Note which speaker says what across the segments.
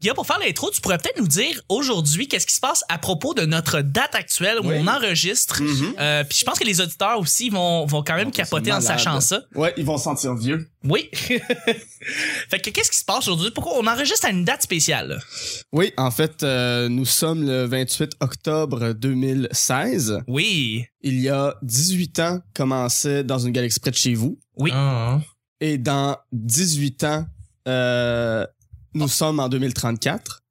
Speaker 1: Guillaume, pour faire l'intro, tu pourrais peut-être nous dire aujourd'hui qu'est-ce qui se passe à propos de notre date actuelle où
Speaker 2: Oui.
Speaker 1: on enregistre.
Speaker 2: Mhm.
Speaker 1: Euh, puis je pense que les auditeurs aussi vont, vont quand même
Speaker 3: Ils vont tous
Speaker 1: capoter en
Speaker 3: malades.
Speaker 1: sachant ça.
Speaker 2: Ouais, ils vont se sentir vieux.
Speaker 1: Oui. fait que qu'est-ce qui se passe aujourd'hui? Pourquoi on enregistre à une date spéciale? là?
Speaker 3: Oui, en fait, euh, nous sommes le 28 octobre 2016.
Speaker 1: Oui.
Speaker 3: Il y a 18 ans, commençait dans une galaxie près de chez vous.
Speaker 1: Oui.
Speaker 2: Ah,
Speaker 3: Et dans 18 ans, euh, nous sommes en 2034.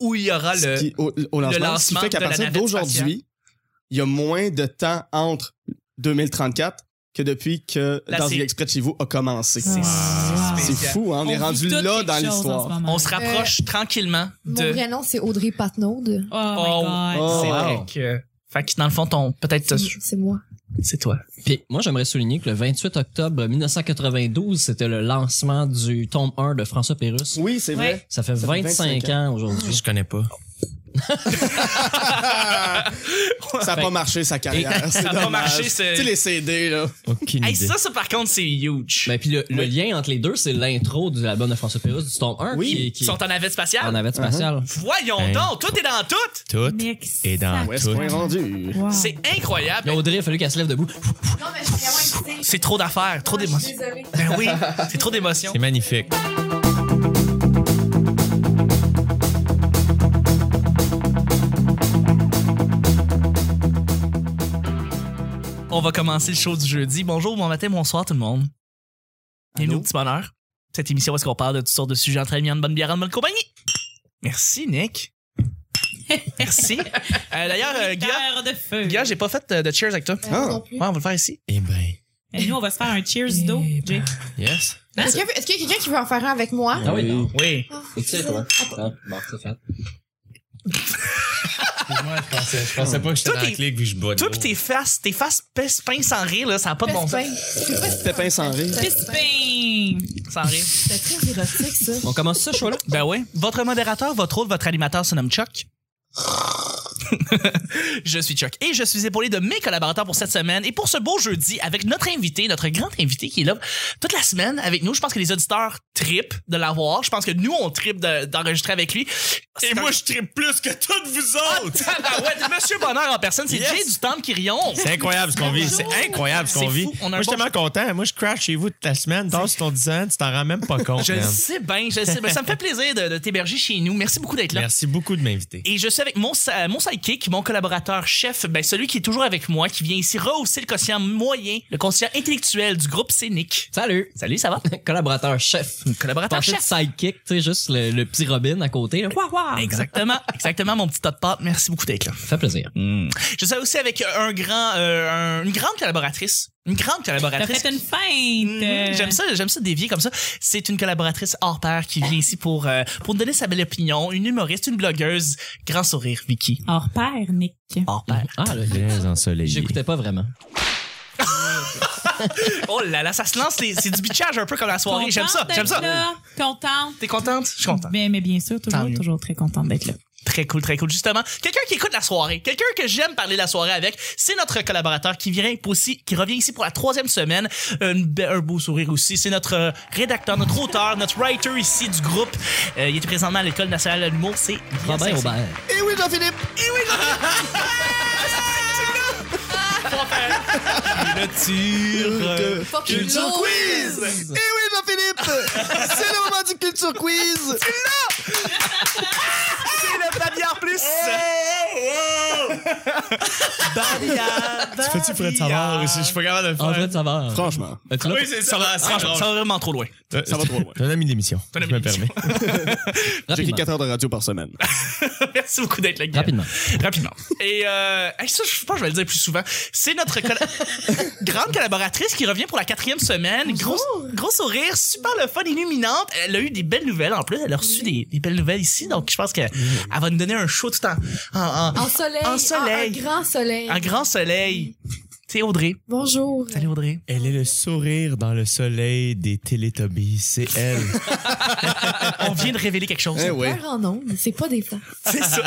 Speaker 1: Où il y aura
Speaker 3: ce
Speaker 1: Ah, le...
Speaker 3: qui- au, au lancement,
Speaker 1: le
Speaker 3: ce qui
Speaker 1: lancement
Speaker 3: fait qu'à
Speaker 1: de la
Speaker 3: partir
Speaker 1: navette
Speaker 3: d'aujourd'hui, il y a moins de temps entre 2034 que depuis que
Speaker 1: Là,
Speaker 3: dans
Speaker 1: c'est-
Speaker 3: une galaxie près de chez vous a commencé.
Speaker 1: C'est-
Speaker 4: Wow.
Speaker 1: c'est
Speaker 3: C'est
Speaker 1: spécial.
Speaker 3: fou, hein? on, est
Speaker 4: vit
Speaker 3: rendu
Speaker 4: toutes
Speaker 3: là
Speaker 4: quelque
Speaker 3: dans
Speaker 4: chose en ce
Speaker 3: l'histoire.
Speaker 4: moment.
Speaker 1: On se rapproche tranquillement
Speaker 5: Mon
Speaker 1: de...
Speaker 5: vrai nom, c'est Audrey Patnaud.
Speaker 4: Oh, my
Speaker 1: Oh,
Speaker 4: God.
Speaker 3: Oh,
Speaker 1: c'est
Speaker 3: wow.
Speaker 1: vrai que... Fait que dans le fond, ton... peut-être
Speaker 5: C'est c'est moi.
Speaker 1: c'est toi.
Speaker 6: Puis moi, j'aimerais souligner que le 28 octobre 1992, c'était le lancement du tome 1 de François Pérus.
Speaker 3: Oui, c'est vrai.
Speaker 6: Ça fait
Speaker 3: Ça fait
Speaker 6: 25,
Speaker 3: 25
Speaker 6: ans aujourd'hui.
Speaker 2: Je connais pas.
Speaker 3: Ça n'a pas marché sa carrière.
Speaker 1: Ça a pas marché, c'est-
Speaker 3: Tu sais, les CD, là.
Speaker 6: Aucune
Speaker 1: Hey,
Speaker 6: idée.
Speaker 1: ça, ça, par contre, c'est huge.
Speaker 6: Ben, puis le, le lien entre les deux, c'est l'intro de l'album de François Pérus du tome 1
Speaker 3: Oui.
Speaker 6: qui,
Speaker 1: Ils
Speaker 6: qui
Speaker 1: sont en navette spatiale.
Speaker 6: en avait spatial.
Speaker 1: Voyons
Speaker 2: Hein.
Speaker 1: donc, tout est dans tout.
Speaker 2: Uh-huh. Tout.
Speaker 4: Mix.
Speaker 2: Et dans
Speaker 3: Où est-ce qu'on est rendu?
Speaker 4: Wow.
Speaker 1: C'est incroyable.
Speaker 6: Puis Audrey, il a fallu qu'elle se lève debout.
Speaker 5: Non, mais je suis vraiment excitée.
Speaker 1: C'est trop d'affaires, trop
Speaker 5: Non, je suis
Speaker 1: d'émotions. Ben
Speaker 5: désolée.
Speaker 1: oui, c'est trop d'émotions.
Speaker 2: C'est magnifique.
Speaker 1: On va commencer le show du jeudi. Bonjour, bon matin, bonsoir tout le monde. Bienvenue au petit bonheur. Cette émission où est-ce qu'on parle de toutes sortes de sujets entre amis, en bonne bière, en bonne compagnie. Merci, Nick. Merci. Euh, D'ailleurs, euh, Guilla,
Speaker 4: Terre de feu.
Speaker 1: Guilla, j'ai pas fait euh, de cheers avec toi.
Speaker 6: Ah.
Speaker 5: Euh, moi non plus.
Speaker 1: Ouais, on va le faire ici.
Speaker 2: Eh ben,
Speaker 4: Et nous, on va se faire un cheers d'eau,
Speaker 1: ben.
Speaker 4: Jay.
Speaker 2: yes.
Speaker 5: Est-ce qu'il y a- est-ce qu'il y a quelqu'un qui veut en faire un avec moi?
Speaker 6: Ah oui, non.
Speaker 1: Oui.
Speaker 5: Oh,
Speaker 6: Tu sais, toi. Ah, bon, c'est fait.
Speaker 2: Excuse-moi, je pensais, je pensais pas que j'étais
Speaker 1: Toi,
Speaker 2: dans la
Speaker 1: t'es-
Speaker 2: clique puis je bois de
Speaker 1: Toi
Speaker 2: l'eau.
Speaker 1: pis tes faces, tes faces pince sans rire, là, ça n'a pas de bon sens.
Speaker 5: Pespin. C'est pas-
Speaker 3: Pépin sans rire.
Speaker 4: Pisping!
Speaker 1: Sans rire.
Speaker 5: C'est très érotique, ça.
Speaker 6: On commence ça, choix-là?
Speaker 1: Ben oui. Votre modérateur, votre hôte, votre animateur se nomme Chuck. je suis Chuck et je suis épaulé de mes collaborateurs pour cette semaine et pour ce beau jeudi avec notre invité, notre grand invité qui est là toute la semaine avec nous. Je pense que les auditeurs tripent de l'avoir. Je pense que nous, on tripe de- d'enregistrer avec lui.
Speaker 2: Et moi, je tripe plus que toutes vous autres.
Speaker 1: Ah ouais, Monsieur Bonheur en personne, c'est
Speaker 2: Yes.
Speaker 1: Jay du Temple qui rion.
Speaker 2: C'est incroyable ce qu'on vit. C'est incroyable ce
Speaker 1: C'est
Speaker 2: qu'on
Speaker 1: fou.
Speaker 2: vit.
Speaker 1: On a un
Speaker 2: Moi, je suis
Speaker 1: bon-
Speaker 2: tellement content. Moi, je crash chez vous toute la semaine. Danse ton 10 ans, tu t'en rends même pas compte.
Speaker 1: Je le
Speaker 2: man.
Speaker 1: sais bien, je le sais bien. Ça me fait plaisir de, de t'héberger chez nous. Merci beaucoup d'être là.
Speaker 2: Merci beaucoup de m'inviter.
Speaker 1: Et je suis avec mon, sa- mon sidekick, mon collaborateur chef, ben celui qui est toujours avec moi, qui vient ici rehausser le quotient moyen, le quotient intellectuel du groupe Scénic.
Speaker 6: Salut!
Speaker 1: Salut, ça va?
Speaker 6: Collaborateur chef.
Speaker 1: Collaborateur
Speaker 6: Pensez de
Speaker 1: chef.
Speaker 6: sidekick, tu sais, juste le, le petit Robin à côté. Là.
Speaker 4: Wow, wow.
Speaker 1: Exactement, exactement, mon petit tas de pâtes. Merci beaucoup d'être là.
Speaker 6: Ça fait plaisir.
Speaker 1: Mm. Je suis aussi avec un grand, euh, un- une grande collaboratrice. Une grande
Speaker 4: T'as
Speaker 1: collaboratrice.
Speaker 4: fait une feinte.
Speaker 1: Mhm. J'aime ça, j'aime ça dévier comme ça. C'est une collaboratrice hors pair qui vient ici pour, euh, pour nous donner sa belle opinion. Une humoriste, une blogueuse. Grand sourire, Vicky.
Speaker 4: Hors pair, Nick.
Speaker 1: Hors pair.
Speaker 6: Ah, là,
Speaker 2: Bien ensoleillé.
Speaker 6: j'écoutais pas vraiment.
Speaker 1: Oh là là, ça se lance, les- c'est du bitchage un peu comme la soirée. J'aime ça,
Speaker 4: Contente
Speaker 1: j'aime ça.
Speaker 4: d'être là. Contente.
Speaker 1: T'es contente? Je suis content.
Speaker 4: Mais, mais bien sûr,
Speaker 1: Tant
Speaker 4: toujours,
Speaker 1: mieux. Euh.
Speaker 4: toujours très contente d'être là.
Speaker 1: Très cool, très cool. Justement, quelqu'un qui écoute la soirée, quelqu'un que j'aime parler la soirée avec, c'est notre collaborateur qui vient aussi, qui revient ici pour la troisième semaine. Une be- un beau sourire aussi. C'est notre euh, rédacteur, notre auteur, notre writer ici du groupe. Euh, il est présentement à l'École nationale de l'humour. C'est Guillaume
Speaker 6: Robin
Speaker 1: Saint-Cyr.
Speaker 6: Aubert.
Speaker 3: Et oui, Jean-Philippe!
Speaker 1: Culture.
Speaker 5: Fucking low.
Speaker 3: Eh oui, Jean-Philippe! C'est le moment du culture quiz!
Speaker 1: le Babière Plus. Babière,
Speaker 2: Tu fais-tu Fred Savard aussi? Je suis pas capable de le
Speaker 6: En vrai,
Speaker 2: faire.
Speaker 6: ça va.
Speaker 3: Franchement.
Speaker 6: tu l'as?
Speaker 2: Oui, c'est ça. Ah, va-
Speaker 1: Franchement, ça va vraiment trop loin.
Speaker 2: Ça va trop loin. T'as un ami d'émission. Je
Speaker 1: un ami
Speaker 2: me
Speaker 1: d'émission.
Speaker 2: permets.
Speaker 3: J'écris
Speaker 6: Rapidement.
Speaker 3: 4 heures de radio par semaine.
Speaker 1: Merci beaucoup d'être là, Guillaume.
Speaker 6: Rapidement.
Speaker 1: Rapidement. Et euh, hey, ça, je pense que je vais le dire plus souvent. C'est notre colla- grande collaboratrice qui revient pour la quatrième semaine. Gros, gros sourire, super le fun, illuminante. Elle a eu des belles nouvelles en plus. Elle a reçu des, des belles nouvelles ici. Donc, je pense qu'elle elle va nous donner un show tout en, en, en-
Speaker 5: En soleil.
Speaker 1: En soleil.
Speaker 5: En- en grand soleil.
Speaker 1: en grand soleil. C'est Audrey.
Speaker 5: Bonjour.
Speaker 1: Salut Audrey.
Speaker 2: Elle est le sourire dans le soleil des Teletubbies. C'est elle.
Speaker 1: Euh, On vient de révéler quelque chose.
Speaker 3: Eh oui.
Speaker 5: Fleur en ondes, c'est pas des fleurs.
Speaker 1: C'est ça.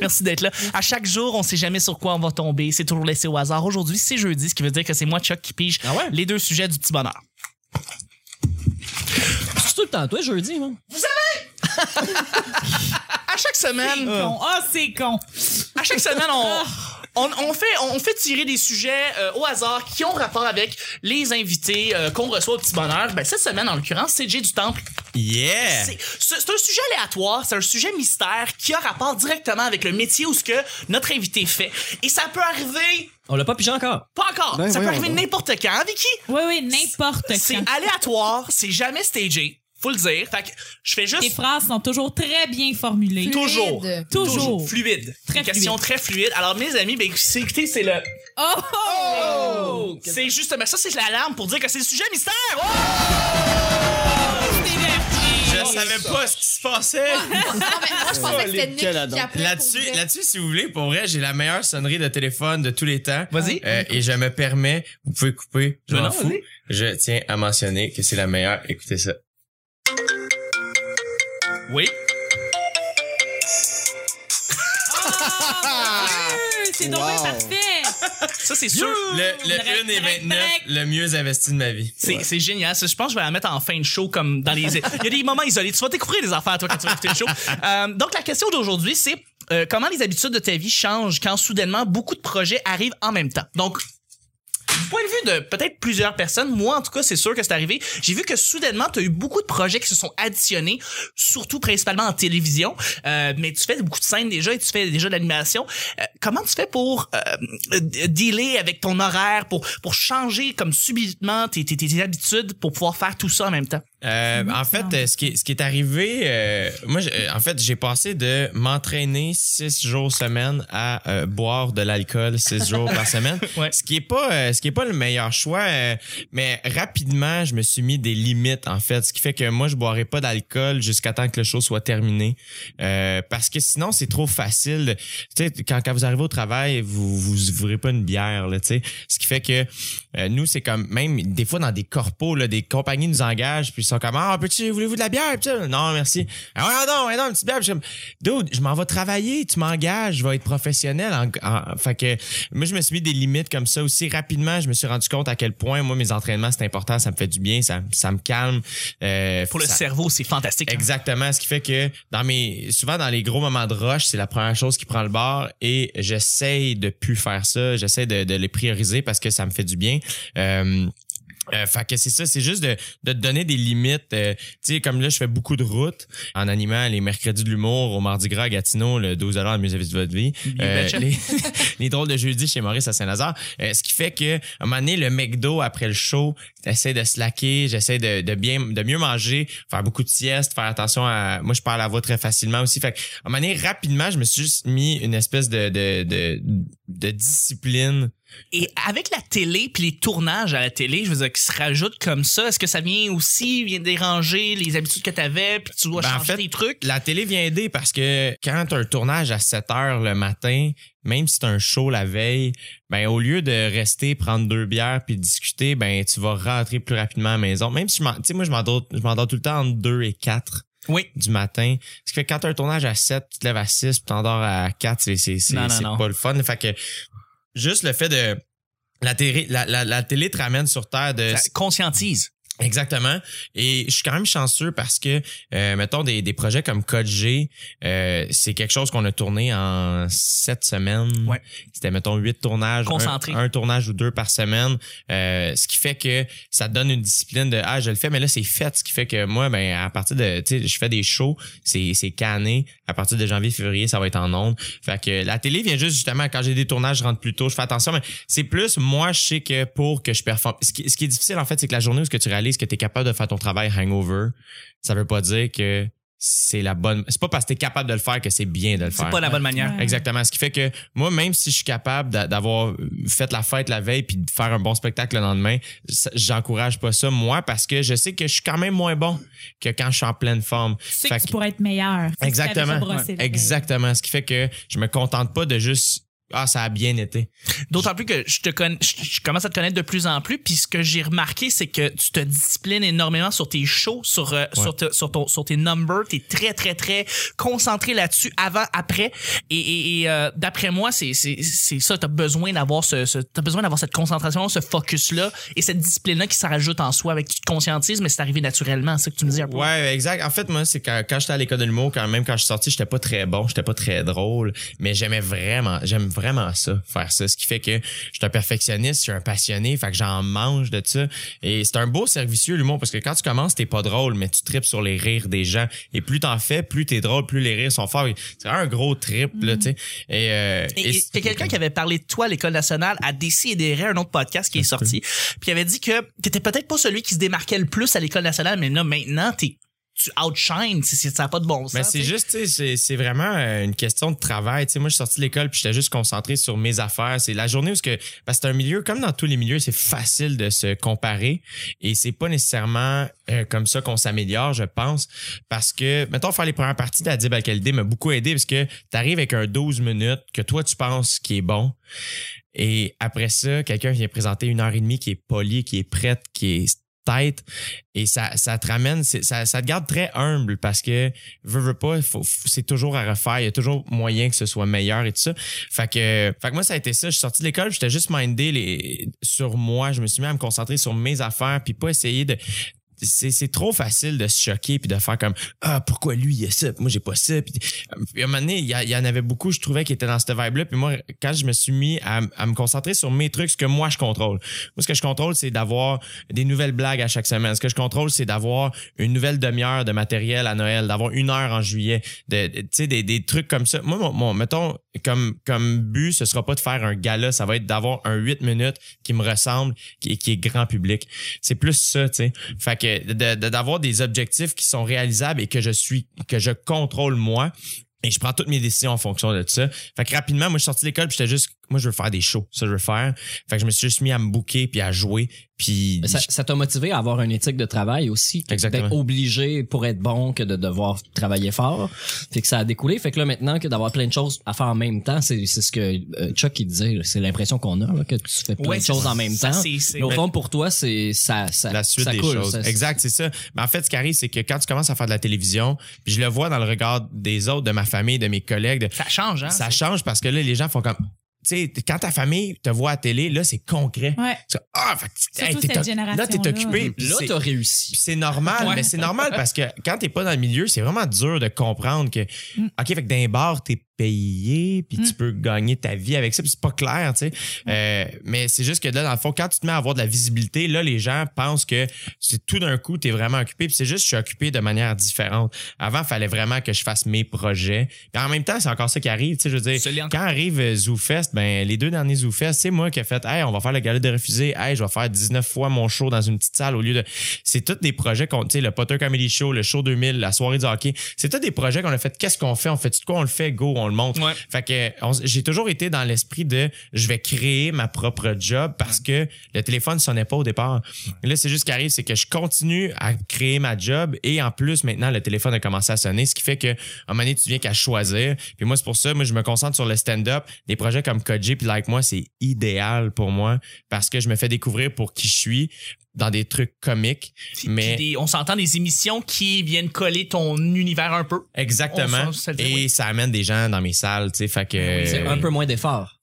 Speaker 1: Merci d'être là. À chaque jour, on sait jamais sur quoi on va tomber. C'est toujours laissé au hasard. Aujourd'hui, c'est jeudi, ce qui veut dire que c'est moi, Chuck, qui pige
Speaker 6: Ah ouais?
Speaker 1: les deux sujets du petit bonheur.
Speaker 6: C'est tout le temps, toi, jeudi, moi.
Speaker 1: À chaque
Speaker 4: C'est
Speaker 1: semaine,
Speaker 4: con. Ah, c'est con.
Speaker 1: à chaque semaine, on, on, on fait, on fait tirer des sujets euh, au hasard qui ont rapport avec les invités euh, qu'on reçoit au petit bonheur. Ben, cette semaine, en l'occurrence, c'est Jay du Temple.
Speaker 2: Yeah!
Speaker 1: C'est c'est- c'est un sujet aléatoire, c'est un sujet mystère qui a rapport directement avec le métier ou ce que notre invité fait. Et ça peut arriver,
Speaker 6: On l'a pas pigé encore.
Speaker 1: pas encore,
Speaker 3: Ben,
Speaker 1: ça peut
Speaker 3: voyons
Speaker 1: arriver
Speaker 3: donc.
Speaker 1: n'importe quand. Avec qui?
Speaker 4: Oui, oui, n'importe
Speaker 1: C'est
Speaker 4: quand.
Speaker 1: aléatoire, c'est jamais stagé, faut le dire. Fait que je fais
Speaker 4: Tes
Speaker 1: juste
Speaker 4: phrases sont toujours très bien formulées.
Speaker 5: Tout-
Speaker 1: toujours,
Speaker 5: Fluide.
Speaker 4: Toujours.
Speaker 1: fluide.
Speaker 4: Très
Speaker 1: Une question très fluide. Alors mes amis, ben c'est- écoutez, c'est le
Speaker 4: Oh!
Speaker 1: Oh, c'est juste mais ça c'est l'alarme pour dire que c'est le sujet mystère. Oh!
Speaker 4: C'est diverti.
Speaker 2: Je savais pas ce qui se passait.
Speaker 5: Non, Ah, mais moi, je pensais que c'était Nick
Speaker 3: Quel
Speaker 5: qui
Speaker 3: adon.
Speaker 5: appelait.
Speaker 2: Là-dessus,
Speaker 5: pour vrai.
Speaker 2: là-dessus, si vous voulez, pour vrai, j'ai la meilleure sonnerie de téléphone de tous les temps.
Speaker 1: Vas-y.
Speaker 2: Euh, et je me permets, vous pouvez couper, je
Speaker 1: Ben
Speaker 2: m'en
Speaker 1: non,
Speaker 2: fous.
Speaker 1: vas-y.
Speaker 2: Je tiens à mentionner que c'est la meilleure. Écoutez ça.
Speaker 1: Oui.
Speaker 4: Ah, mon Dieu, C'est donc bien
Speaker 3: Wow.
Speaker 4: parfait.
Speaker 1: Ça c'est sûr.
Speaker 2: Le, le
Speaker 4: Break,
Speaker 2: 1 et
Speaker 4: break,
Speaker 2: 29,
Speaker 4: break.
Speaker 2: le mieux investi de ma vie.
Speaker 1: C'est c'est génial. Ça, Je pense que je vais la mettre en fin de show comme dans les. Il y a des moments isolés. Tu vas découvrir des affaires, toi, quand tu vas écouter le show. Euh, donc, la question d'aujourd'hui, c'est euh, comment les habitudes de ta vie changent quand soudainement beaucoup de projets arrivent en même temps. Donc, du point de vue de peut-être plusieurs personnes, moi en tout cas, c'est sûr que c'est arrivé. J'ai vu que soudainement, tu as eu beaucoup de projets qui se sont additionnés, surtout principalement en télévision. Euh, mais tu fais beaucoup de scènes déjà et tu fais déjà de l'animation. Euh, comment tu fais pour euh, euh, dealer avec ton horaire, pour, pour changer comme subitement tes, tes, tes habitudes pour pouvoir faire tout ça en même temps?
Speaker 2: Euh, en fait, euh, ce qui est, ce qui est arrivé, euh, moi, je- euh, en fait, j'ai passé de m'entraîner six jours semaine à euh, boire de l'alcool six jours par semaine.
Speaker 1: Ouais.
Speaker 2: Ce qui est pas, euh, ce qui est pas le meilleur choix, euh, mais rapidement, je me suis mis des limites en fait, ce qui fait que moi, je boirai pas d'alcool jusqu'à temps que le show soit terminé, Euh, parce que sinon, c'est trop facile. Tu sais, quand, quand vous arrivez au travail, vous vous ouvrez pas une bière, là, tu sais. Ce qui fait que euh, nous, c'est comme même des fois dans des corpos, là, des compagnies nous engagent, puis ils sont comme Ah, peux-tu, voulez-vous de la bière? Puis ça, non, merci. Ah ouais, non, ouais, non, une petite bière. Puis je suis comme Dude, je m'en vais travailler, tu m'engages, je vais être professionnel. En, en- fait que moi, je me suis mis des limites comme ça aussi rapidement. Je me suis rendu compte à quel point moi, mes entraînements, c'est important, ça me fait du bien, ça, ça me calme. Euh,
Speaker 1: Pour le
Speaker 2: ça-
Speaker 1: cerveau, c'est fantastique.
Speaker 2: Exactement, ce qui fait que dans mes souvent dans les gros moments de rush, c'est la première chose qui prend le bord et j'essaye de plus faire ça, j'essaie de, de les prioriser parce que ça me fait du bien. Euh, euh, fait que c'est ça, c'est juste de, de te donner des limites. euh, tu sais, comme là, je fais beaucoup de routes en animant les mercredis de l'humour au Mardi Gras à Gatineau, le 12 le mieux service de votre vie.
Speaker 1: You
Speaker 2: Euh,
Speaker 1: betcha.
Speaker 2: les, les drôles de jeudi chez Maurice à Saint-Lazare. Euh, ce qui fait que, à un moment donné, le McDo après le show, j'essaie de slacker, j'essaie de, de bien, de mieux manger, faire beaucoup de siestes, faire attention à, moi, je parle à la voix très facilement aussi. Fait que, à un moment donné, rapidement, je me suis juste mis une espèce de, de, de, de discipline.
Speaker 1: Et avec la télé puis les tournages à la télé, je veux dire, qui se rajoutent comme ça, est-ce que ça vient aussi vient déranger les habitudes que t'avais puis tu dois
Speaker 2: Ben, en
Speaker 1: changer
Speaker 2: fait,
Speaker 1: tes trucs?
Speaker 2: La télé vient aider parce que quand t'as un tournage à 7 heures le matin, même si t'as un show la veille, ben au lieu de rester prendre deux bières puis discuter, ben tu vas rentrer plus rapidement à la maison. Même si je m'en- tu sais moi je m'endors je m'endors tout le temps entre 2 et 4
Speaker 1: Oui.
Speaker 2: du matin. Ce qui fait que quand t'as un tournage à 7, tu te lèves à 6, puis t'endors à 4, c'est c'est c'est
Speaker 1: Non, non,
Speaker 2: c'est
Speaker 1: non.
Speaker 2: pas le fun. Fait que juste le fait de la télé la, la, la télé te ramène sur terre de
Speaker 1: Ça Euh, conscientise.
Speaker 2: Exactement. Et je suis quand même chanceux parce que, euh, mettons, des, des projets comme Code G, euh, c'est quelque chose qu'on a tourné en sept semaines.
Speaker 1: Ouais.
Speaker 2: C'était, mettons, huit tournages.
Speaker 1: Concentré.
Speaker 2: Un, un tournage ou deux par semaine. Euh, ce qui fait que ça te donne une discipline de, ah, je le fais, mais là, c'est fait. Ce qui fait que moi, ben, à partir de, tu sais, je fais des shows, c'est, c'est canné. À partir de janvier, février, ça va être en ondes. Fait que la télé vient juste, justement, quand j'ai des tournages, je rentre plus tôt, je fais attention, mais c'est plus, moi, je sais que pour que je performe. Ce qui, ce qui est difficile, en fait, c'est que la journée où ce que tu réalises que tu es capable de faire ton travail hangover, ça veut pas dire que c'est la bonne. C'est pas parce que tu es capable de le faire que c'est bien de le faire.
Speaker 1: C'est pas la bonne manière.
Speaker 4: Ouais.
Speaker 2: Exactement. Ce qui fait que moi, même si je suis capable d'a- d'avoir fait la fête la veille puis de faire un bon spectacle le lendemain, ça- j'encourage pas ça, moi, parce que je sais que je suis quand même moins bon que quand je suis en pleine forme.
Speaker 4: Tu sais
Speaker 2: Fait
Speaker 4: que tu
Speaker 2: que-
Speaker 4: pourrais être meilleur. si tu t'avais
Speaker 2: Exactement.
Speaker 4: pas brossé
Speaker 2: Ouais.
Speaker 4: les veilles.
Speaker 2: Exactement. Ce qui fait que je me contente pas de juste ah, ça a bien été.
Speaker 1: D'autant plus que je te connais, je, je commence à te connaître de plus en plus, puis ce que j'ai remarqué, c'est que tu te disciplines énormément sur tes shows, sur euh, sur, te- sur ton sur tes numbers, t'es très très très concentré là-dessus avant après, et, et- et, euh, d'après moi, c'est c'est c'est ça, t'as besoin d'avoir ce, ce- t'as besoin d'avoir cette concentration, ce focus là et cette discipline là qui s'en rajoute en soi avec tu te conscientises, mais c'est arrivé naturellement, c'est ça que tu me dis. un peu.
Speaker 2: Ouais, exact. En fait, moi, c'est quand, quand j'étais à l'école de l'humour, quand même quand je suis sorti, j'étais pas très bon, j'étais pas très drôle, mais j'aimais vraiment, j'aime vraiment ça, faire ça. Ce qui fait que je suis un perfectionniste, je suis un passionné, fait que j'en mange de ça. Et c'est un beau servicieux, l'humour, parce que quand tu commences, t'es pas drôle, mais tu tripes sur les rires des gens. Et plus t'en fais, plus t'es drôle, plus les rires sont forts. C'est un gros trip, là, tu sais. Et, euh,
Speaker 1: Mm. Et- Et t'es quelqu'un qui avait parlé de toi à l'École nationale à Décideret, un autre podcast qui est sorti. Puis il avait dit que t'étais peut-être pas celui qui se démarquait le plus à l'École nationale, mais là, maintenant, t'es, tu outshines. C'est- c'est- Ça n'a pas de bon sens.
Speaker 2: Mais c'est
Speaker 1: tu sais.
Speaker 2: juste, tu sais, c'est- c'est vraiment euh, une question de travail. Tu sais, moi, je suis sorti de l'école puis j'étais juste concentré sur mes affaires. C'est la journée où ce que, parce que c'est un milieu, comme dans tous les milieux, c'est facile de se comparer et c'est pas nécessairement euh, comme ça qu'on s'améliore, je pense, parce que, mettons, faire les premières parties d'Adib Al-Khalidi m'a beaucoup aidé parce que t'arrives avec un 12 minutes que toi, tu penses qui est bon. Et après ça, quelqu'un vient présenter une heure et demie qui est polie, qui est prête, qui est tête. Et ça, ça te ramène, c'est- ça, ça te garde très humble parce que, veux, veux pas, faut- faut- c'est toujours à refaire. Il y a toujours moyen que ce soit meilleur et tout ça. Fait que, fait que moi, ça a été ça. Je suis sorti de l'école, j'étais juste mindé les, sur moi. Je me suis mis à me concentrer sur mes affaires puis pas essayer de, c'est, c'est trop facile de se choquer puis de faire comme ah pourquoi lui il a ça puis moi j'ai pas ça puis, puis à un moment donné il y, a- il y en avait beaucoup je trouvais qui étaient dans cette vibe là puis moi quand je me suis mis à, m- à me concentrer sur mes trucs ce que moi je contrôle moi ce que je contrôle c'est d'avoir des nouvelles blagues à chaque semaine ce que je contrôle c'est d'avoir une nouvelle demi-heure de matériel à Noël d'avoir une heure en juillet de, de- tu sais des, des trucs comme ça moi mon, mon- mettons comme comme but ce sera pas de faire un gala ça va être d'avoir un 8 minutes qui me ressemble qui, qui est grand public c'est plus ça tu sais fait que de- de- d'avoir des objectifs qui sont réalisables et que je suis, que je contrôle moi. Et je prends toutes mes décisions en fonction de ça. Fait que rapidement, moi, je suis sorti de l'école, puis j'étais juste, moi, je veux faire des shows. Ça, je veux faire. Fait que je me suis juste mis à me bouquer puis à jouer. Puis,
Speaker 6: Mais Ça ça t'a motivé à avoir une éthique de travail aussi, que
Speaker 2: Exactement.
Speaker 6: d'être obligé pour être bon que de devoir travailler fort. Fait que ça a découlé. Fait que là maintenant que d'avoir plein de choses à faire en même temps, c'est c'est ce que euh, Chuck il disait. là. C'est l'impression qu'on a là, que tu fais plein
Speaker 1: Ouais,
Speaker 6: de
Speaker 1: c'est-
Speaker 6: choses en même
Speaker 1: ça,
Speaker 6: temps.
Speaker 1: c'est- c'est-
Speaker 6: Mais au fond pour toi c'est ça ça
Speaker 2: la suite
Speaker 6: ça
Speaker 2: des
Speaker 6: coule,
Speaker 2: choses.
Speaker 6: ça-
Speaker 2: exact, c'est ça. Mais en fait, ce qui arrive, c'est que quand tu commences à faire de la télévision, puis je le vois dans le regard des autres, de ma famille, de mes collègues, de,
Speaker 1: Ça change, hein?
Speaker 2: ça
Speaker 1: C'est-
Speaker 2: change parce que là, les gens font comme, tu sais, quand ta famille te voit à télé, là, c'est concret.
Speaker 4: Ouais.
Speaker 2: Tu fais, Ah, fait que,
Speaker 4: Surtout
Speaker 2: t'es
Speaker 4: cette
Speaker 2: oc- là, t'es
Speaker 4: génération-là.
Speaker 2: occupé. puis
Speaker 6: Là
Speaker 2: c'est-
Speaker 6: t'as réussi.
Speaker 2: Puis c'est normal,
Speaker 1: Ouais.
Speaker 2: mais c'est normal parce que quand t'es pas dans le milieu, c'est vraiment dur de comprendre que, OK, fait que d'un bar, t'es payé, puis tu peux gagner ta vie avec ça, puis c'est pas clair, tu sais. Euh, mais c'est juste que là, dans le fond, quand tu te mets à avoir de la visibilité, là, les gens pensent que c'est tout d'un coup, t'es vraiment occupé, puis c'est juste, je suis occupé de manière différente. Avant, fallait vraiment que je fasse mes projets. Puis en même temps, c'est encore ça qui arrive, tu sais, je veux dire,
Speaker 1: Ce lien entre-
Speaker 2: quand arrive euh, ZooFest, ben, les deux derniers ZooFest, c'est moi qui ai fait, hey, on va faire le gala de refusé, hey, je vais faire 19 fois mon show dans une petite salle au lieu de. C'est tous des projets qu'on, tu sais, le Potter Comedy Show, le Show 2000, la soirée du hockey. C'est tous des projets qu'on a fait. Qu'est-ce qu'on fait? On fait de quoi? On le fait, go, on le montre.
Speaker 1: Ouais.
Speaker 2: Fait que on s- j'ai toujours été dans l'esprit de je vais créer ma propre job parce que le téléphone sonnait pas au départ. Là, c'est juste ce qui arrive, c'est que je continue à créer ma job et en plus, maintenant, le téléphone a commencé à sonner, ce qui fait que, à un moment donné, tu viens qu'à choisir. Puis moi, c'est pour ça, moi, je me concentre sur le stand-up. Des projets comme Koji puis Like Moi, c'est idéal pour moi parce que je me fais découvrir pour qui je suis dans des trucs comiques.
Speaker 1: Puis-
Speaker 2: mais-
Speaker 1: puis des- on s'entend des émissions qui viennent coller ton univers un peu.
Speaker 2: Exactement.
Speaker 1: On sent- ça le fait,
Speaker 2: et
Speaker 1: oui. Ben
Speaker 2: ça amène des gens dans mes salles, tu sais, fait que...
Speaker 6: Ben C'est un peu moins d'effort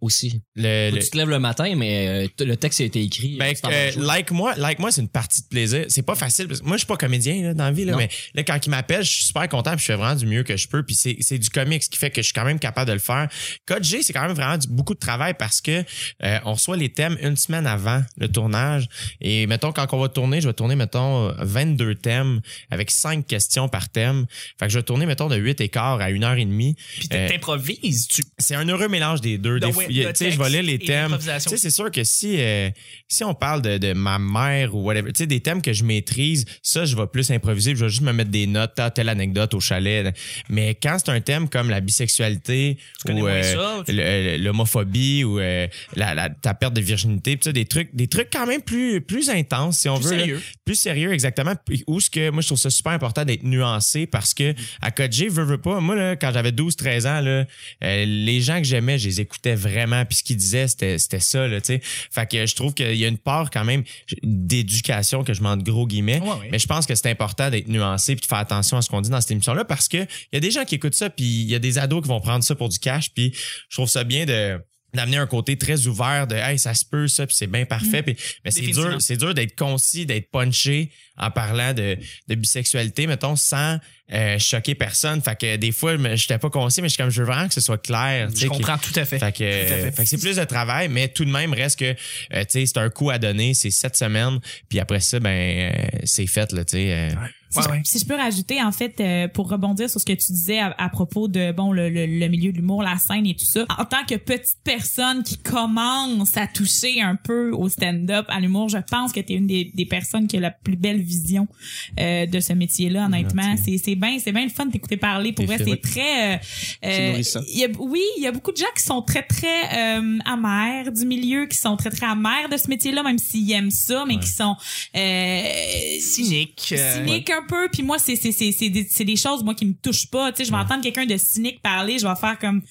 Speaker 6: aussi.
Speaker 2: le-
Speaker 6: Faut
Speaker 2: le-
Speaker 6: que Tu te lèves le matin mais euh, t- le texte a été écrit.
Speaker 2: Ben,
Speaker 6: C'est en
Speaker 2: euh,
Speaker 6: même chose.
Speaker 2: like moi, like moi, c'est une partie de plaisir. C'est pas facile. Parce que moi, je suis pas comédien là, dans la vie, là,
Speaker 6: Non.
Speaker 2: mais là, quand il m'appelle, je suis super content, puis je fais vraiment du mieux que je peux. Puis c'est, c'est du comique, ce qui fait que je suis quand même capable de le faire. Code G, c'est quand même vraiment du- beaucoup de travail parce que euh, on reçoit les thèmes une semaine avant le tournage. Et mettons, quand on va tourner, je vais tourner, mettons, euh, 22 thèmes avec 5 questions par thème. Fait que je vais tourner, mettons, de 8 et quart à 1 heure et demie.
Speaker 1: Puis
Speaker 2: Euh,
Speaker 1: t'improvises. Tu...
Speaker 2: C'est un heureux mélange des deux.
Speaker 1: Ben
Speaker 2: Des
Speaker 1: ouais.
Speaker 2: il y a- tu sais, je vais lire les thèmes. Tu sais,
Speaker 1: C'est
Speaker 2: c'est sûr que si, euh, si on parle de, de ma mère ou whatever, tu sais, des thèmes que je maîtrise, ça, je vais plus improviser, puis je vais juste me mettre des notes, ah, telle anecdote au chalet. Mais quand c'est un thème comme la bisexualité
Speaker 1: connais
Speaker 2: ou
Speaker 1: moins
Speaker 2: euh,
Speaker 1: ça, tu-
Speaker 2: le- l'homophobie ou euh, la, la- ta perte de virginité, puis ça, des trucs, des trucs quand même plus, plus intenses, si on
Speaker 1: Plus
Speaker 2: veut. là.
Speaker 1: sérieux.
Speaker 2: Plus sérieux, exactement. Puis Où ce que moi, je trouve ça super important d'être nuancé parce que à Code G, veux, veux pas. Moi, là, quand j'avais 12, 13 ans, là, euh, les gens que j'aimais, je les écoutais vraiment. Puis ce qu'ils disaient, c'était, c'était ça, là, tu sais. Fait que je trouve qu'il y a une part quand même d'éducation que je m'en gros guillemets.
Speaker 1: Ouais, ouais.
Speaker 2: Mais je pense que c'est important d'être nuancé puis de faire attention à ce qu'on dit dans cette émission-là parce que il y a des gens qui écoutent ça puis il y a des ados qui vont prendre ça pour du cash puis je trouve ça bien de d'amener un côté très ouvert de hey ça se peut ça puis c'est bien parfait puis mais c'est
Speaker 1: Mm. Définitivement.
Speaker 2: dur c'est dur d'être concis d'être punché en parlant de, de bisexualité mettons sans euh, choquer personne fait que des fois je j'étais pas concis mais je suis comme je veux vraiment que ce soit clair tu
Speaker 1: Je
Speaker 2: sais, qu'il-
Speaker 1: comprends tout à fait. euh,
Speaker 2: fait que,
Speaker 1: Tout à fait.
Speaker 2: fait que c'est plus de travail, mais tout de même reste que euh, tu sais, c'est un coup à donner, c'est sept semaines, puis après ça, ben euh, c'est fait là, tu sais. euh.
Speaker 1: Ouais, ouais.
Speaker 4: Si je peux rajouter, en fait, euh, pour rebondir sur ce que tu disais à, à propos de bon le, le- le milieu de l'humour, la scène et tout ça, en tant que petite personne qui commence à toucher un peu au stand-up, à l'humour, je pense que tu es une des, des personnes qui a la plus belle vision euh, de ce métier-là, honnêtement. C'est c'est bien c'est bien le fun de t'écouter parler. Pour
Speaker 2: Des
Speaker 4: vrai,
Speaker 2: films.
Speaker 4: c'est très... euh,
Speaker 3: C'est
Speaker 4: euh,
Speaker 3: nourrissant.
Speaker 4: il y a- oui, il y a beaucoup de gens qui sont très, très euh, amers du milieu, qui sont très, très amers de ce métier-là, même s'ils aiment ça, mais qui sont... euh,
Speaker 1: Cynique. euh,
Speaker 4: cynique un peu puis moi c'est c'est c'est c'est des, c'est des choses moi qui me touchent pas tu sais je vais entendre quelqu'un de cynique parler je vais faire comme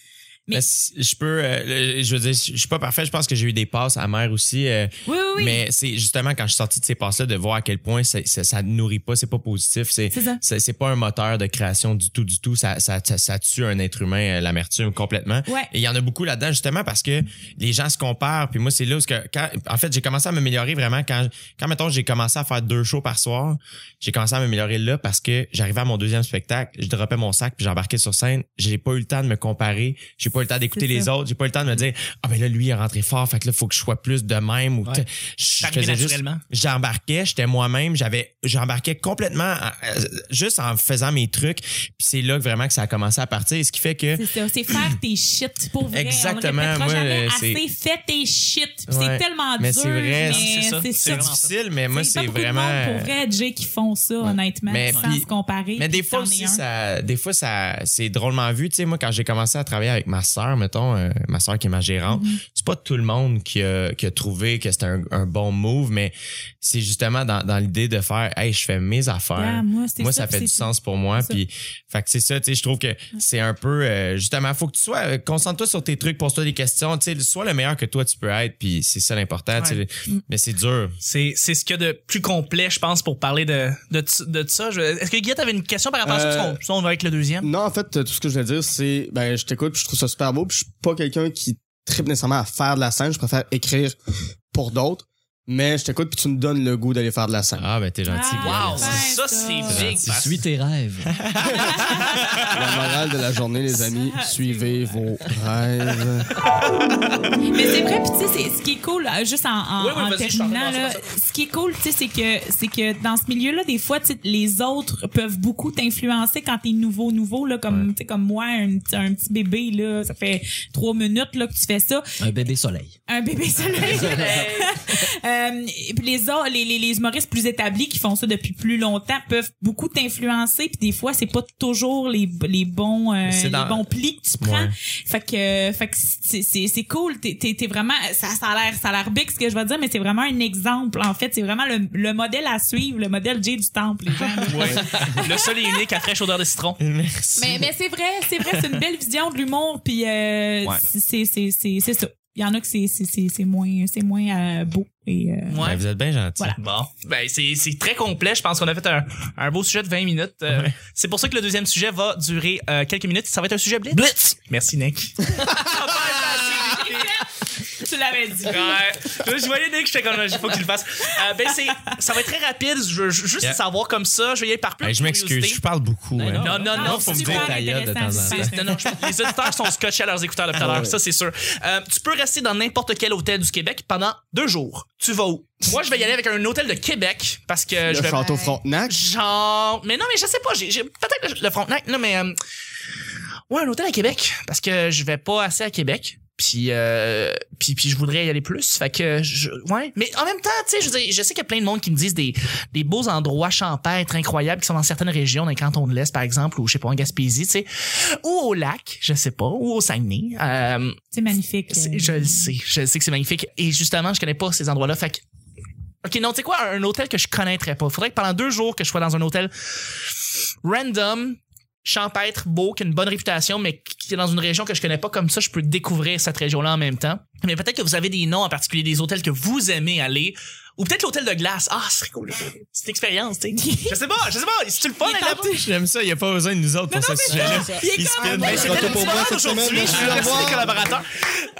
Speaker 4: Mais-
Speaker 2: Mais si- je peux, euh, je veux dire, je suis pas parfait. Je pense que j'ai eu des passes amères aussi. euh,
Speaker 4: oui oui oui
Speaker 2: Mais c'est justement quand je suis sorti de ces passes-là de voir à quel point ça, ça, ça nourrit pas, c'est pas positif, c'est
Speaker 4: C'est ça.
Speaker 2: c'est c'est pas un moteur de création du tout, du tout. Ça, ça, ça, ça tue un être humain, euh, l'amertume complètement.
Speaker 4: Ouais.
Speaker 2: Et il y en a beaucoup là-dedans justement parce que les gens se comparent. Puis moi, c'est là où ce que quand, en fait, j'ai commencé à m'améliorer vraiment quand quand mettons j'ai commencé à faire deux shows par soir, j'ai commencé à m'améliorer là parce que j'arrivais à mon deuxième spectacle, je dropais mon sac puis j'embarquais sur scène. J'ai pas eu le temps de me comparer, j'ai pas eu le temps d'écouter
Speaker 4: C'est
Speaker 2: les
Speaker 4: ça.
Speaker 2: autres, j'ai pas eu le temps de me dire ah ben là lui il est rentré fort, fait que là faut que je sois plus de même ou
Speaker 6: Ouais.
Speaker 2: t- je
Speaker 1: T'arrivais
Speaker 2: faisais juste
Speaker 1: naturellement.
Speaker 2: j'embarquais j'étais moi-même j'avais j'embarquais complètement en- euh, juste en faisant mes trucs puis c'est là que vraiment que ça a commencé à partir ce qui fait que
Speaker 4: c'est ça c'est faire tes shit pour vrai
Speaker 2: Exactement,
Speaker 4: on le répétera
Speaker 2: moi,
Speaker 4: jamais
Speaker 2: euh,
Speaker 4: assez
Speaker 2: c'est-
Speaker 4: fait tes shit Puis
Speaker 2: Ouais.
Speaker 4: c'est tellement
Speaker 2: Mais
Speaker 4: dur
Speaker 2: c'est vrai,
Speaker 1: c'est ça,
Speaker 4: c'est
Speaker 1: c'est
Speaker 4: ça.
Speaker 1: vraiment ça.
Speaker 2: difficile mais moi
Speaker 4: Tu sais,
Speaker 2: c'est
Speaker 4: pas beaucoup de
Speaker 2: vraiment euh,
Speaker 4: monde pour vrai Jay qui font ça honnêtement
Speaker 2: Mais
Speaker 4: sans
Speaker 2: puis-
Speaker 4: se comparer
Speaker 2: mais des
Speaker 4: puis
Speaker 2: fois
Speaker 4: c'en est
Speaker 2: aussi
Speaker 4: un.
Speaker 2: ça des fois ça c'est drôlement vu tu sais moi quand j'ai commencé à travailler avec ma sœur mettons euh, ma sœur qui est ma gérante
Speaker 4: Mm-hmm.
Speaker 2: c'est pas tout le monde qui a, qui a trouvé que c'était un, un bon move mais c'est justement dans, dans l'idée de faire hey je fais mes affaires
Speaker 4: Ah, moi, c'est
Speaker 2: moi
Speaker 4: ça,
Speaker 2: ça,
Speaker 4: puis
Speaker 2: fait
Speaker 4: c'est
Speaker 2: du
Speaker 4: ça.
Speaker 2: sens pour moi
Speaker 4: C'est ça.
Speaker 2: puis fait que c'est ça tu sais je trouve que c'est un peu euh, justement faut que tu sois euh, concentre-toi sur tes trucs pose-toi des questions tu sais sois le meilleur que toi tu peux être puis c'est ça l'important tu
Speaker 1: Ouais.
Speaker 2: sais.
Speaker 4: Mm.
Speaker 2: mais c'est dur
Speaker 1: C'est, c'est ce qu'il y a de plus complet, je pense, pour parler de, de, t- de ça. Je- est-ce que Guillaume avait une question par rapport à ça?
Speaker 3: Euh,
Speaker 1: Parce qu'on- ça, on va avec le deuxième.
Speaker 3: Non, en fait, euh, tout ce que je voulais dire, c'est, ben, je t'écoute, puis je trouve ça super beau, puis je suis pas quelqu'un qui tripe nécessairement à faire de la scène, je préfère écrire pour d'autres, mais je t'écoute, puis tu me donnes le goût d'aller faire de la scène.
Speaker 2: ah ben t'es gentil
Speaker 4: Ah,
Speaker 2: Guillaume.
Speaker 1: Wow,
Speaker 4: c'est
Speaker 1: ça,
Speaker 4: ça.
Speaker 1: c'est
Speaker 4: C'est
Speaker 1: big.
Speaker 6: Tu suis tes rêves.
Speaker 3: La morale de la journée, les amis, suivez vos rêves.
Speaker 4: Mais c'est vrai, puis tu sais, c'est- ce qui est cool, euh, juste en, en,
Speaker 1: Oui, oui,
Speaker 4: en
Speaker 1: vas-y, je t'en
Speaker 4: terminant,
Speaker 1: remercie,
Speaker 4: là, ce qui est cool, tu sais, c'est que, c'est que dans ce milieu-là, des fois, tu sais, les autres peuvent beaucoup t'influencer quand t'es nouveau, nouveau, là, comme, tu sais, comme moi, un, petit- un petit bébé, là, ça fait trois minutes, là, que tu fais ça.
Speaker 6: Un bébé soleil.
Speaker 4: Un bébé soleil. Euh, et puis les autres, les, les, les humoristes plus établis qui font ça depuis plus longtemps peuvent beaucoup t'influencer, puis des fois, c'est pas toujours les, les bons, euh,
Speaker 2: C'est
Speaker 4: les
Speaker 2: dans-
Speaker 4: bons plis que tu prends.
Speaker 2: Ouais.
Speaker 4: Fait que, fait que c'est- c'est c'est cool. T'es t'es- t'es vraiment, ça, ça a l'air, ça a l'air big ce que je vais dire, mais c'est vraiment un exemple. En fait, c'est vraiment le, le modèle à suivre, le modèle J du temple. Les gens.
Speaker 1: Ouais. le seul et unique à fraîche odeur de citron.
Speaker 2: merci
Speaker 4: mais mais c'est vrai, c'est vrai, c'est une belle vision de l'humour. Puis euh,
Speaker 2: Ouais.
Speaker 4: c'est c'est c'est c'est ça. Il y en a que c'est c'est c'est c'est moins c'est moins euh, beau et. euh,
Speaker 2: Ben,
Speaker 1: Ouais.
Speaker 2: vous êtes bien gentil
Speaker 4: Voilà.
Speaker 1: Bon, ben c'est c'est très complet. Je pense qu'on a fait un, un beau sujet de 20 minutes. Euh, C'est pour ça que le deuxième sujet va durer euh, quelques minutes. Ça va être un sujet blitz. Blitz. Merci Nick.
Speaker 4: tu l'avais dit.
Speaker 1: Ouais. Là, je voyais Nick, j'étais comme, il faut que tu le fasses. Euh, ben c'est, ça va être très rapide. Je veux ju- juste
Speaker 2: Yeah.
Speaker 1: savoir comme ça. Je vais y aller par plus.
Speaker 2: Hey, je
Speaker 1: de
Speaker 2: m'excuse,
Speaker 1: curiosité.
Speaker 2: je parle beaucoup.
Speaker 6: Non,
Speaker 2: hein.
Speaker 6: non,
Speaker 1: Non, non,
Speaker 4: Ah,
Speaker 1: non,
Speaker 4: c'est
Speaker 1: faut me
Speaker 4: super
Speaker 1: dire
Speaker 6: ta gueule de temps en
Speaker 4: intéressant,
Speaker 6: temps.
Speaker 4: super
Speaker 1: Non, non, je- les auditeurs sont scotchés à leurs écouteurs depuis tout à l'heure, ça c'est sûr. Euh, tu peux rester dans n'importe quel hôtel du Québec pendant deux jours. Tu vas où? Moi, je vais y aller avec un hôtel de Québec parce que
Speaker 3: Le
Speaker 1: je vais.
Speaker 3: château Frontenac.
Speaker 1: Genre. Mais non, mais je sais pas, j'ai, j'ai- peut-être le, le Frontenac, non, mais. euh, Ouais, un hôtel à Québec parce que je vais pas assez à Québec. Puis, euh, puis, puis je voudrais y aller plus. Fait que, je, ouais. Mais en même temps, tu sais, je, veux dire, je sais qu'il y a plein de monde qui me disent des, des beaux endroits champêtres incroyables qui sont dans certaines régions, dans les cantons de l'Est, par exemple, ou je sais pas, en Gaspésie, tu sais, ou au lac, je sais pas, ou au Saguenay. Euh,
Speaker 4: C'est magnifique.
Speaker 1: c'est-
Speaker 4: euh,
Speaker 1: je le sais, je le sais que c'est magnifique. Et justement, je connais pas ces endroits-là. Fait que, ok, non, tu sais quoi, un hôtel que je connaîtrais pas. Faudrait que pendant deux jours que je sois dans un hôtel random, champêtre, beau, qui a une bonne réputation, mais qui est dans une région que je connais pas. Comme ça, je peux découvrir cette région-là en même temps. Mais peut-être que vous avez des noms en particulier des hôtels que vous aimez aller. Ou peut-être l'hôtel de glace. Ah, c'est cool. C'est une expérience, tu sais. Je sais pas, je sais pas. C'est-tu le fun, hein,
Speaker 4: Il est
Speaker 1: Ella?
Speaker 2: J'aime ça, il a pas besoin de nous autres pour ce sujet-là.
Speaker 4: Il est
Speaker 2: Il
Speaker 4: comme-
Speaker 2: se filme.
Speaker 1: Ben,
Speaker 3: c'est
Speaker 1: c'était
Speaker 3: tout
Speaker 1: le
Speaker 3: pour
Speaker 1: petit
Speaker 3: moi
Speaker 1: bonheur
Speaker 3: cette
Speaker 1: aujourd'hui. Je
Speaker 3: semaine. Merci, au
Speaker 1: remercie
Speaker 3: revoir.
Speaker 1: les collaborateurs.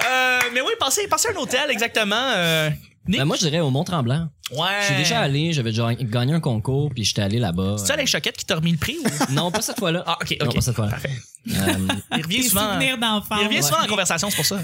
Speaker 1: Euh, mais oui, passez, passez à un hôtel, exactement. euh, Nick?
Speaker 6: Ben, moi, je dirais au Mont-Tremblant.
Speaker 1: ouais.
Speaker 6: Je suis déjà allé, j'avais déjà gagné un concours, puis j'étais allé là-bas.
Speaker 1: Euh. C'est ça, les choquettes qui t'a remis le prix? Ou...
Speaker 6: Non, pas cette fois-là.
Speaker 1: Ah, ok,
Speaker 6: Non,
Speaker 1: ok.
Speaker 6: pas cette fois-là. Euh,
Speaker 1: Il revient
Speaker 4: Des
Speaker 1: souvent.
Speaker 4: souvenirs d'enfance.
Speaker 1: Il revient souvent
Speaker 6: Ouais.
Speaker 1: en conversation, c'est pour ça.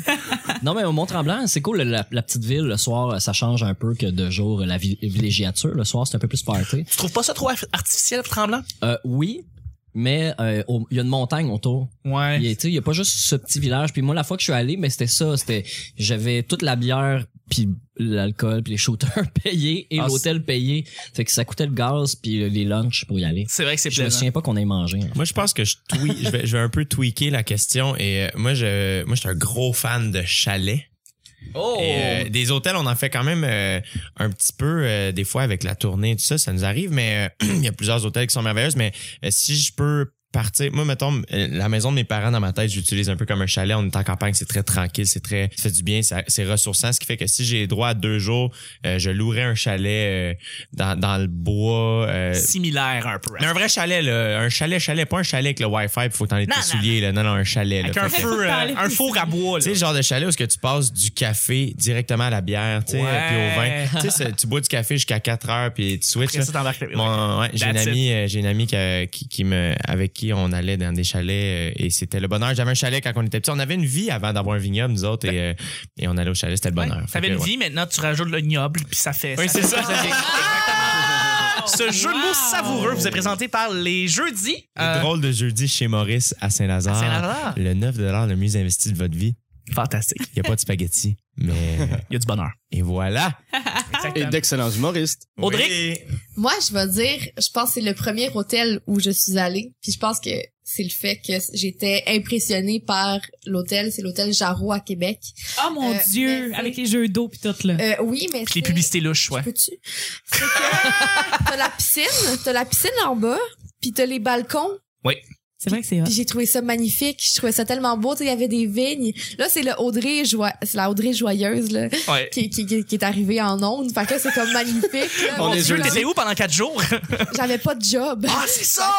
Speaker 6: Non, mais au Mont-Tremblant, c'est cool. La, la petite ville, le soir, ça change un peu que de jour, la vi- villégiature. Le soir, c'est un peu plus party.
Speaker 1: Tu trouves pas ça trop artificiel, tremblant?
Speaker 6: Euh, oui, mais euh, au- il y a une montagne autour.
Speaker 1: Ouais.
Speaker 6: Il y a- tu sais, il y a pas juste ce petit village. Puis moi, la fois que je suis allé, mais c'était ça. C'était, j'avais toute la bière, puis l'alcool, puis les shooters payés et
Speaker 1: Ah,
Speaker 6: l'hôtel payé. Fait que ça coûtait le gaz, puis le- les lunchs pour y aller.
Speaker 1: C'est vrai que c'est
Speaker 6: Je me
Speaker 1: plaisant.
Speaker 6: souviens pas qu'on ait mangé. hein.
Speaker 2: Moi, je pense que je, tweak- je, vais, je vais un peu tweaker la question. Et euh, moi, je, moi, je suis un gros fan de chalets.
Speaker 1: Oh!
Speaker 2: Et, euh, des hôtels, on en fait quand même euh, un petit peu euh, des fois avec la tournée et tout ça, ça nous arrive, mais euh, il y a plusieurs hôtels qui sont merveilleux. Mais euh, si je peux partir, moi, mettons, euh, la maison de mes parents dans ma tête, je l'utilise un peu comme un chalet. On est en campagne, c'est très tranquille, c'est très, ça fait du bien, ça- c'est ressourçant. Ce qui fait que si j'ai droit à deux jours, euh, je louerais un chalet euh, dans, dans le bois. euh,
Speaker 1: Similaire un peu.
Speaker 2: mais un vrai chalet, là, un chalet, chalet, pas un chalet avec le Wi-Fi, puis faut t'en aller
Speaker 1: Non,
Speaker 2: tes
Speaker 1: non,
Speaker 2: souliers, là. Non, non, un chalet.
Speaker 1: Avec
Speaker 2: là.
Speaker 1: un
Speaker 2: Fait que-
Speaker 1: feu, euh, un four à bois, là.
Speaker 2: tu sais, le genre de chalet où est-ce que tu passes du café directement à la bière, tu sais, euh,
Speaker 1: Ouais.
Speaker 2: puis au vin. Tu sais, c'est- tu bois du café jusqu'à 4 heures, puis tu switches.
Speaker 1: Après ça,
Speaker 2: là.
Speaker 1: t'embarques le- ouais.
Speaker 2: Mon- ouais, j'ai une
Speaker 1: That's
Speaker 2: amie, euh, j'ai une amie qui, a- qui- qui me, avec qui on allait dans des chalets euh, et c'était le bonheur. J'avais un chalet quand on était petit. On avait une vie avant d'avoir un vignoble, nous autres, et, euh, et on allait au chalet, c'était le bonheur.
Speaker 1: Ouais,
Speaker 2: Fait
Speaker 1: T'avais
Speaker 2: que,
Speaker 1: une
Speaker 2: ouais.
Speaker 1: vie, maintenant tu rajoutes le ignoble, puis ça fait.
Speaker 2: Oui,
Speaker 1: fait-
Speaker 2: c'est ça.
Speaker 1: Ce jeu de mots
Speaker 4: Wow.
Speaker 1: savoureux vous est présenté par les jeudis.
Speaker 2: Le
Speaker 1: Euh,
Speaker 2: Drôle de jeudi chez Maurice à
Speaker 1: à
Speaker 2: Saint-Lazare.
Speaker 1: Saint-Lazare.
Speaker 2: Le 9 le mieux investi de votre vie.
Speaker 1: Fantastique.
Speaker 2: Il n'y a pas de spaghettis, mais. euh,
Speaker 1: Il y a du bonheur.
Speaker 2: Et voilà!
Speaker 3: Et d'excellents humoristes.
Speaker 1: Audrey?
Speaker 5: Moi, je vais dire, je pense que c'est le premier hôtel où je suis allée. Puis je pense que c'est le fait que j'étais impressionnée par l'hôtel. C'est l'hôtel Jarreau à Québec.
Speaker 4: Oh mon
Speaker 5: Euh,
Speaker 4: Dieu,
Speaker 5: mais c'est-
Speaker 4: avec les jeux d'eau puis tout là.
Speaker 5: Euh, oui, mais
Speaker 1: Puis
Speaker 5: c'est-
Speaker 1: les publicités louches, ouais.
Speaker 5: Peux-tu? C'est que t'as la piscine, t'as la piscine en bas, puis t'as les balcons.
Speaker 4: C'est vrai que c'est hot.
Speaker 5: Puis j'ai trouvé ça magnifique. Je trouvais ça tellement beau. Tu sais, Il y avait des vignes. Là, c'est le Audrey, joie- c'est la Audrey joyeuse là,
Speaker 1: Ouais.
Speaker 5: qui, qui, qui, qui est arrivée en onde. Fait que là, c'est comme magnifique. là.
Speaker 1: Mon
Speaker 5: Mon
Speaker 1: Dieu,
Speaker 5: Dieu,
Speaker 1: t'étais où pendant quatre jours?
Speaker 5: J'avais pas de job.
Speaker 1: Ah, c'est ça!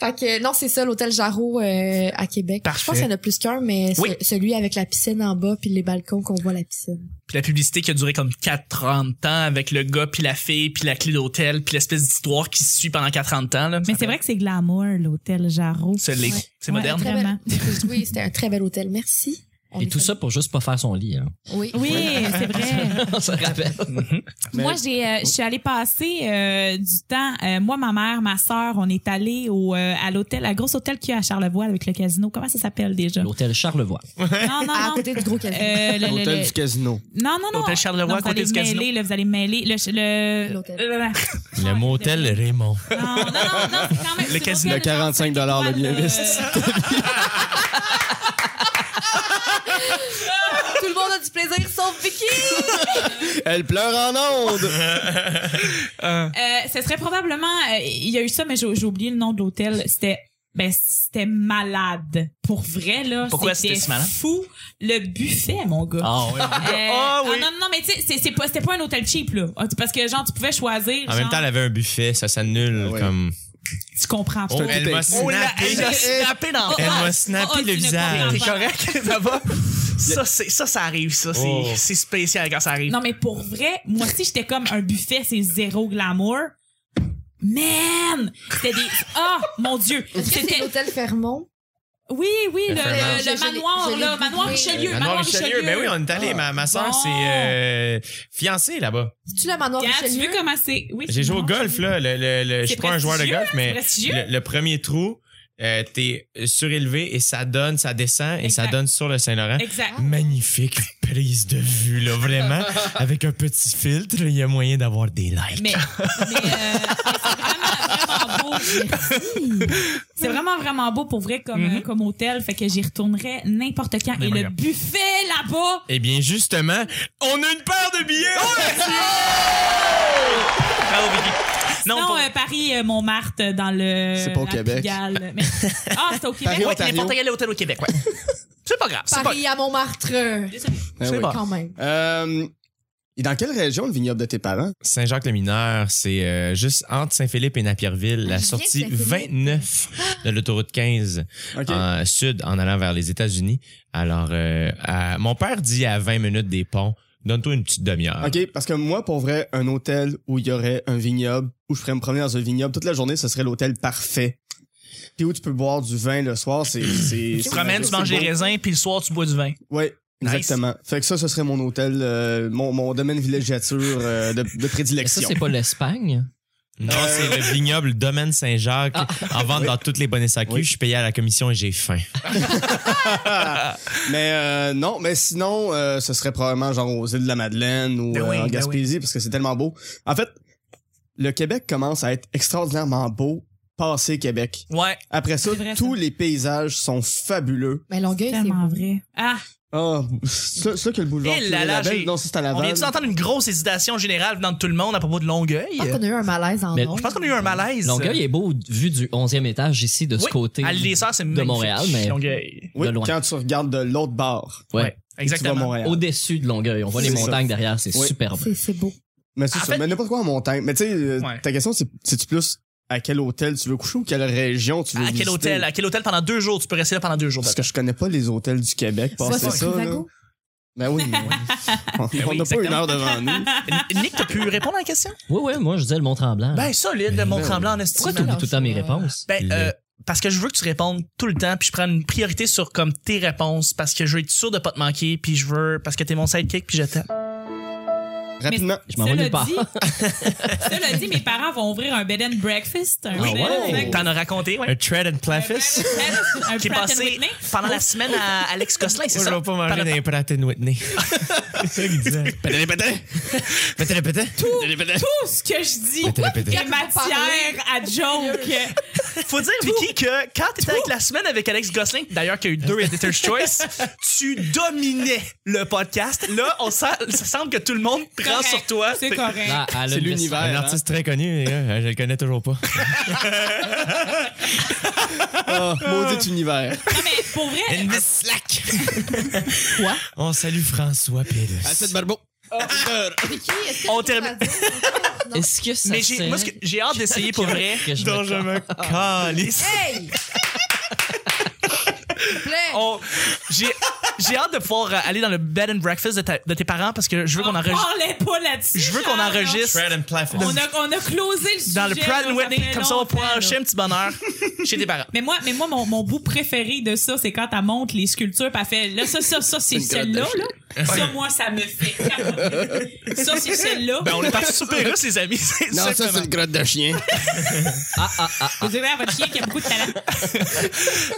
Speaker 5: Fait que non, c'est ça l'hôtel Jarreau euh, à Québec.
Speaker 1: Parfait.
Speaker 5: Je pense qu'il y en a plus qu'un, mais ce-
Speaker 1: Oui.
Speaker 5: celui avec la piscine en bas puis les balcons qu'on voit la piscine.
Speaker 1: Puis la publicité qui a duré comme 4 ans de temps avec le gars puis la fille puis la clé d'hôtel puis l'espèce d'histoire qui se suit pendant 4 ans de temps. Là.
Speaker 4: Mais c'est vrai que c'est glamour, l'hôtel Jarreau.
Speaker 1: C'est l'est.
Speaker 5: Ouais.
Speaker 1: C'est
Speaker 4: Ouais.
Speaker 1: moderne.
Speaker 5: Très
Speaker 4: Vraiment.
Speaker 5: bel- oui, c'était un très bel hôtel. Merci. On
Speaker 6: Et
Speaker 5: est
Speaker 6: tout ça pour juste pas faire son lit. Hein.
Speaker 5: fait- Oui.
Speaker 4: Oui, c'est vrai.
Speaker 6: On se rappelle.
Speaker 3: Mais-
Speaker 4: Moi, j'ai, euh, je suis allée passer euh, du temps. euh, moi, ma mère, ma sœur, on est allés au euh, à l'hôtel, à grosse hôtel qu'il y a à Charlevoix avec le casino. Comment ça s'appelle déjà Non,
Speaker 6: L'hôtel Charlevoix.
Speaker 4: non,
Speaker 5: À
Speaker 4: non.
Speaker 5: côté du gros café.
Speaker 4: Euh, le- le-
Speaker 3: L'hôtel
Speaker 4: le-
Speaker 3: du casino.
Speaker 4: Non, non, non.
Speaker 1: L'hôtel Charlevoix,
Speaker 4: Non,
Speaker 1: à
Speaker 4: vous
Speaker 1: côté
Speaker 4: allez
Speaker 1: du casino.
Speaker 4: mêler, là, vous allez mêler le le. Euh,
Speaker 5: L'hôtel.
Speaker 2: Le motel Raymond.
Speaker 4: Non, non, non, non, c'est quand même.
Speaker 1: Le casino.
Speaker 3: Le 45 dollars le
Speaker 4: euh,
Speaker 3: bien investi.
Speaker 5: tout le monde a du plaisir sauf Vicky.
Speaker 3: Elle pleure en ondes.
Speaker 4: Euh, ce serait probablement euh, il y a eu ça mais j'ai j'ai oublié le nom de l'hôtel c'était ben c'était malade pour vrai là
Speaker 1: Pourquoi c'était si malade?
Speaker 4: fou le buffet mon gars
Speaker 6: Ah ouais.
Speaker 4: Euh,
Speaker 1: Ah oui.
Speaker 4: non non non, mais tu sais c'est- c'est pas c'était pas un hôtel cheap là Ah, tu- parce que genre tu pouvais choisir
Speaker 2: En même
Speaker 4: genre,
Speaker 2: temps, elle avait un buffet, ça s'annule
Speaker 3: Ouais.
Speaker 2: comme.
Speaker 4: tu comprends pas
Speaker 3: Oh, elle m'a
Speaker 1: Oh là, elle a snappé dans
Speaker 4: Oh,
Speaker 2: Elle
Speaker 4: oh,
Speaker 2: m'a
Speaker 4: oh,
Speaker 2: snappé
Speaker 4: oh,
Speaker 2: le
Speaker 4: tu ne
Speaker 2: visage.
Speaker 1: T'es
Speaker 4: comprends pas.
Speaker 1: correct? Ça va? Ça, c'est- ça, ça arrive, ça. C'est
Speaker 2: Oh.
Speaker 1: c'est spécial quand ça arrive.
Speaker 4: non mais pour vrai moi aussi j'étais comme un buffet c'est zéro glamour man c'était des ah mon dieu
Speaker 5: Est-ce que c'est
Speaker 4: c'était
Speaker 5: l'hôtel Fermont?
Speaker 4: oui oui le,
Speaker 2: Le Fairmont.
Speaker 4: le- le
Speaker 5: Je- je l'ai-
Speaker 4: manoir
Speaker 5: je l'ai
Speaker 4: là
Speaker 5: goûté.
Speaker 4: manoir Richelieu
Speaker 2: Manon
Speaker 4: manoir
Speaker 2: Richelieu,
Speaker 4: Richelieu Ah,
Speaker 2: ben oui, on est allé. ma, ma soeur,
Speaker 4: Bon.
Speaker 2: c'est euh, fiancée là-bas.
Speaker 5: C'est-tu le manoir
Speaker 4: Regarde, tu
Speaker 5: Richelieu?
Speaker 4: veux comment c'est? Oui,
Speaker 2: J'ai joué au
Speaker 4: non,
Speaker 2: golf, là. Le, le, le- je
Speaker 4: C'est
Speaker 2: suis pas un joueur de
Speaker 4: prestigieux,
Speaker 2: golf, mais
Speaker 4: prestigieux.
Speaker 2: le, le premier trou, euh, t'es surélevé et ça donne, ça descend et ça
Speaker 4: Exact.
Speaker 2: donne sur le Saint-Laurent.
Speaker 4: Exact.
Speaker 2: Magnifique prise de vue, là, vraiment. Avec un petit filtre, il y a moyen d'avoir des likes.
Speaker 4: Mais, mais, euh, mais c'est vraiment, vraiment beau. Merci. C'est vraiment, vraiment beau pour vrai comme,
Speaker 1: Mhm.
Speaker 2: Mm-hmm.
Speaker 4: euh, comme hôtel. Fait que j'y retournerai n'importe quand.
Speaker 1: Mais
Speaker 4: Et le
Speaker 1: voyons.
Speaker 4: buffet là-bas,
Speaker 2: Eh bien, justement, on a une paire de billets!
Speaker 4: Oh,
Speaker 1: Bravo, Vicky. Non,
Speaker 4: non,
Speaker 1: pour-
Speaker 4: euh, Paris, euh, Montmartre, euh, dans le.
Speaker 3: C'est pas au
Speaker 4: la
Speaker 3: Québec.
Speaker 4: Pigalle. Mais- Ah, c'est au Québec.
Speaker 3: Paris,
Speaker 1: Ouais,
Speaker 4: Ouais.
Speaker 1: mais
Speaker 3: Ontario.
Speaker 1: n'importe quel hôtel au Québec, ouais. C'est pas grave, c'est pas
Speaker 5: Paris à Montmartre.
Speaker 3: Ah
Speaker 1: C'est
Speaker 3: oui.
Speaker 1: bon.
Speaker 5: Quand même.
Speaker 3: Euh, et dans quelle région le vignoble de tes parents?
Speaker 2: Saint-Jacques-le-Mineur, c'est euh, juste entre Saint-Philippe et Napierville,
Speaker 5: Ah,
Speaker 2: la
Speaker 5: je viens
Speaker 2: sortie
Speaker 5: de Saint-Philippe.
Speaker 2: 29 de l'autoroute 15
Speaker 3: OK.
Speaker 2: en sud en allant vers les États-Unis. Alors, euh, à- mon père dit à 20 minutes des ponts, donne-toi une petite demi-heure.
Speaker 3: OK, parce que moi, pour vrai, un hôtel où il y aurait un vignoble, où je pourrais me promener dans un vignoble toute la journée, ce serait l'hôtel parfait. Puis où tu peux boire du vin le soir, c'est... c'est-
Speaker 1: Tu te promènes, tu manges des raisins, puis le soir, tu bois du vin.
Speaker 3: Ouais,
Speaker 1: Nice.
Speaker 3: exactement. Fait que ça, ce serait mon hôtel, euh, mon, mon domaine villégiature euh, de, de
Speaker 6: Mais ça,
Speaker 3: prédilection.
Speaker 6: c'est pas l'Espagne.
Speaker 2: Non, c'est le vignoble Domaine Saint-Jacques en vente dans toutes les bonnes SAQ.
Speaker 3: Oui.
Speaker 2: Je suis payé à la commission et j'ai faim.
Speaker 3: mais euh, non, mais sinon, euh, ce serait probablement genre aux îles de la Madeleine ou
Speaker 1: Ben
Speaker 3: euh,
Speaker 1: oui,
Speaker 3: en
Speaker 1: ben
Speaker 3: Gaspésie parce que c'est tellement beau. En fait, le Québec commence à être extraordinairement beau passé Québec.
Speaker 1: Ouais.
Speaker 3: Après ça,
Speaker 4: C'est vrai, ça.
Speaker 3: tous les paysages sont fabuleux.
Speaker 5: Mais Longueuil, c'est
Speaker 4: Tellement
Speaker 5: beau.
Speaker 4: vrai. Ah,
Speaker 3: Ah, ça, ça que le boulevard
Speaker 1: Eh là
Speaker 3: Pierre
Speaker 1: là,
Speaker 3: Labelle,
Speaker 1: j'ai-
Speaker 3: non, ça c'est à
Speaker 1: On
Speaker 3: Laval.
Speaker 1: vient d'entendre une grosse hésitation générale venant de tout le monde à propos de Longueuil.
Speaker 5: Je pense qu'on a eu un malaise en
Speaker 6: Mais-
Speaker 5: ondes.
Speaker 1: Je pense qu'on a eu un malaise.
Speaker 6: Longueuil est beau vu du 11e étage ici, de ce
Speaker 1: Oui,
Speaker 6: côté.
Speaker 1: À l'île des Sœurs, c'est
Speaker 6: de Montréal, mais-
Speaker 1: Longueuil.
Speaker 3: Oui,
Speaker 6: de loin.
Speaker 3: quand tu regardes de l'autre bord,
Speaker 6: Ouais.
Speaker 1: Ouais,
Speaker 3: tu vois
Speaker 1: Exactement.
Speaker 3: Montréal.
Speaker 6: Au-dessus de Longueuil. On voit les
Speaker 3: C'est ça.
Speaker 6: montagnes derrière, c'est
Speaker 3: Oui.
Speaker 6: superbe.
Speaker 5: C'est- C'est beau.
Speaker 3: Mais c'est
Speaker 1: En
Speaker 3: ça,
Speaker 1: fait-
Speaker 3: mais n'importe quoi en montagne. Mais tu sais, euh,
Speaker 1: Ouais.
Speaker 3: ta question, c'est, c'est-tu plus à quel hôtel tu veux coucher ou quelle région tu veux
Speaker 1: À quel
Speaker 3: visiter?
Speaker 1: hôtel? À quel hôtel pendant deux jours? Tu peux rester là pendant deux jours.
Speaker 3: Parce que je connais pas les hôtels du Québec.
Speaker 5: Tu vas
Speaker 3: Passez
Speaker 5: sur
Speaker 3: ça, là.
Speaker 5: Trivago?
Speaker 3: Ben oui. mais- on
Speaker 1: oui,
Speaker 3: on n'a pas
Speaker 1: exactement.
Speaker 3: une heure devant nous.
Speaker 1: Nick, t'as pu répondre à la question?
Speaker 6: Oui, oui, moi, je disais le Mont-Tremblant.
Speaker 1: Ben, solide,
Speaker 2: Ben,
Speaker 1: mon
Speaker 3: oui.
Speaker 1: tremblant en estime.
Speaker 6: Pourquoi t'oublies tout le temps mes
Speaker 5: Euh,
Speaker 6: réponses?
Speaker 1: Ben,
Speaker 2: Le-
Speaker 1: euh, parce que je veux que tu répondes tout le temps, puis je prends une priorité sur comme tes réponses, parce que je veux être sûr de pas te manquer, puis je veux parce que t'es mon sidekick, puis je t'aime.
Speaker 3: Rapidement.
Speaker 6: Je m'en vais nulle part.
Speaker 4: dit, cela dit, mes parents vont ouvrir un bed and breakfast. Un
Speaker 6: Oui.
Speaker 4: bed
Speaker 6: Ah
Speaker 4: and
Speaker 6: ouais.
Speaker 4: breakfast.
Speaker 1: T'en as raconté, ouais.
Speaker 2: Un tread and
Speaker 4: Un
Speaker 5: ben,
Speaker 2: plaffis?
Speaker 4: bed and breakfast, un
Speaker 1: Qui est
Speaker 4: Pratt and
Speaker 1: passé
Speaker 4: Whitney.
Speaker 1: pendant la semaine à Alex Gosselin, c'est
Speaker 2: Moi, je
Speaker 1: ça?
Speaker 2: vais pas manger d'un Pratt and Whitney. c'est ça qu'il disait. Pétale, pétale. Pétale, pétale. Pétale, pétale.
Speaker 4: Tout ce que je dis
Speaker 2: Pétale, pétale.
Speaker 4: est matière à joke.
Speaker 1: Faut dire, Vicky, que quand t'étais avec la semaine avec Alex Gosselin, d'ailleurs, qui a eu deux Editor's Choice, tu dominais le podcast. Là, on sent, ça semble que tout le monde prend
Speaker 4: Correct.
Speaker 1: sur toi.
Speaker 4: C'est
Speaker 1: Fait-
Speaker 4: correct.
Speaker 6: Là, à
Speaker 3: C'est
Speaker 6: l'Université-
Speaker 3: l'univers.
Speaker 2: Un artiste très connu, les gars. Je le connais toujours pas.
Speaker 3: Ah, maudit univers.
Speaker 4: Non, mais pour vrai,
Speaker 2: Elvis Slack.
Speaker 6: Quoi?
Speaker 2: On salue François Pérus.
Speaker 3: Ah, barbeau.
Speaker 5: Vicky, est-ce que
Speaker 1: On
Speaker 5: tu peux
Speaker 1: termine.
Speaker 5: la dire?
Speaker 6: Est-ce que ça
Speaker 1: Mais j'ai, moi, ce que- j'ai hâte d'essayer pour vrai.
Speaker 6: que je me
Speaker 2: me calisse.
Speaker 5: Hey! S'il te plaît.
Speaker 1: On- j'ai, j'ai hâte de pouvoir euh, aller dans le bed and breakfast de, ta- de tes parents parce que je veux qu'on
Speaker 4: on
Speaker 1: enregistre.
Speaker 4: parlait pas là-dessus.
Speaker 1: Je veux qu'on
Speaker 4: Ah, non.
Speaker 1: enregistre
Speaker 2: Tread and Plaffis.
Speaker 4: On a, on a closé le sujet.
Speaker 1: dans le Pratt
Speaker 4: là,
Speaker 1: and Whitney.
Speaker 4: fait
Speaker 1: Comme ça, on va pouvoir
Speaker 4: longtemps,
Speaker 1: acheter
Speaker 4: là.
Speaker 1: un petit bonheur chez tes parents.
Speaker 4: Mais moi, mais moi mon, mon bout préféré de ça, c'est quand elle monte les sculptures, pis elle fait là, ça, ça, ça, c'est
Speaker 3: Une crotte
Speaker 4: celle-là. Là. Ça, moi, ça me fait capoter. Ça, c'est celle-là.
Speaker 1: Ben, on est parti souper russe, les amis. C'est
Speaker 3: Non, ça,
Speaker 1: simplement.
Speaker 3: c'est une grotte de chien.
Speaker 4: Vous direz à votre chien qui a beaucoup de talent.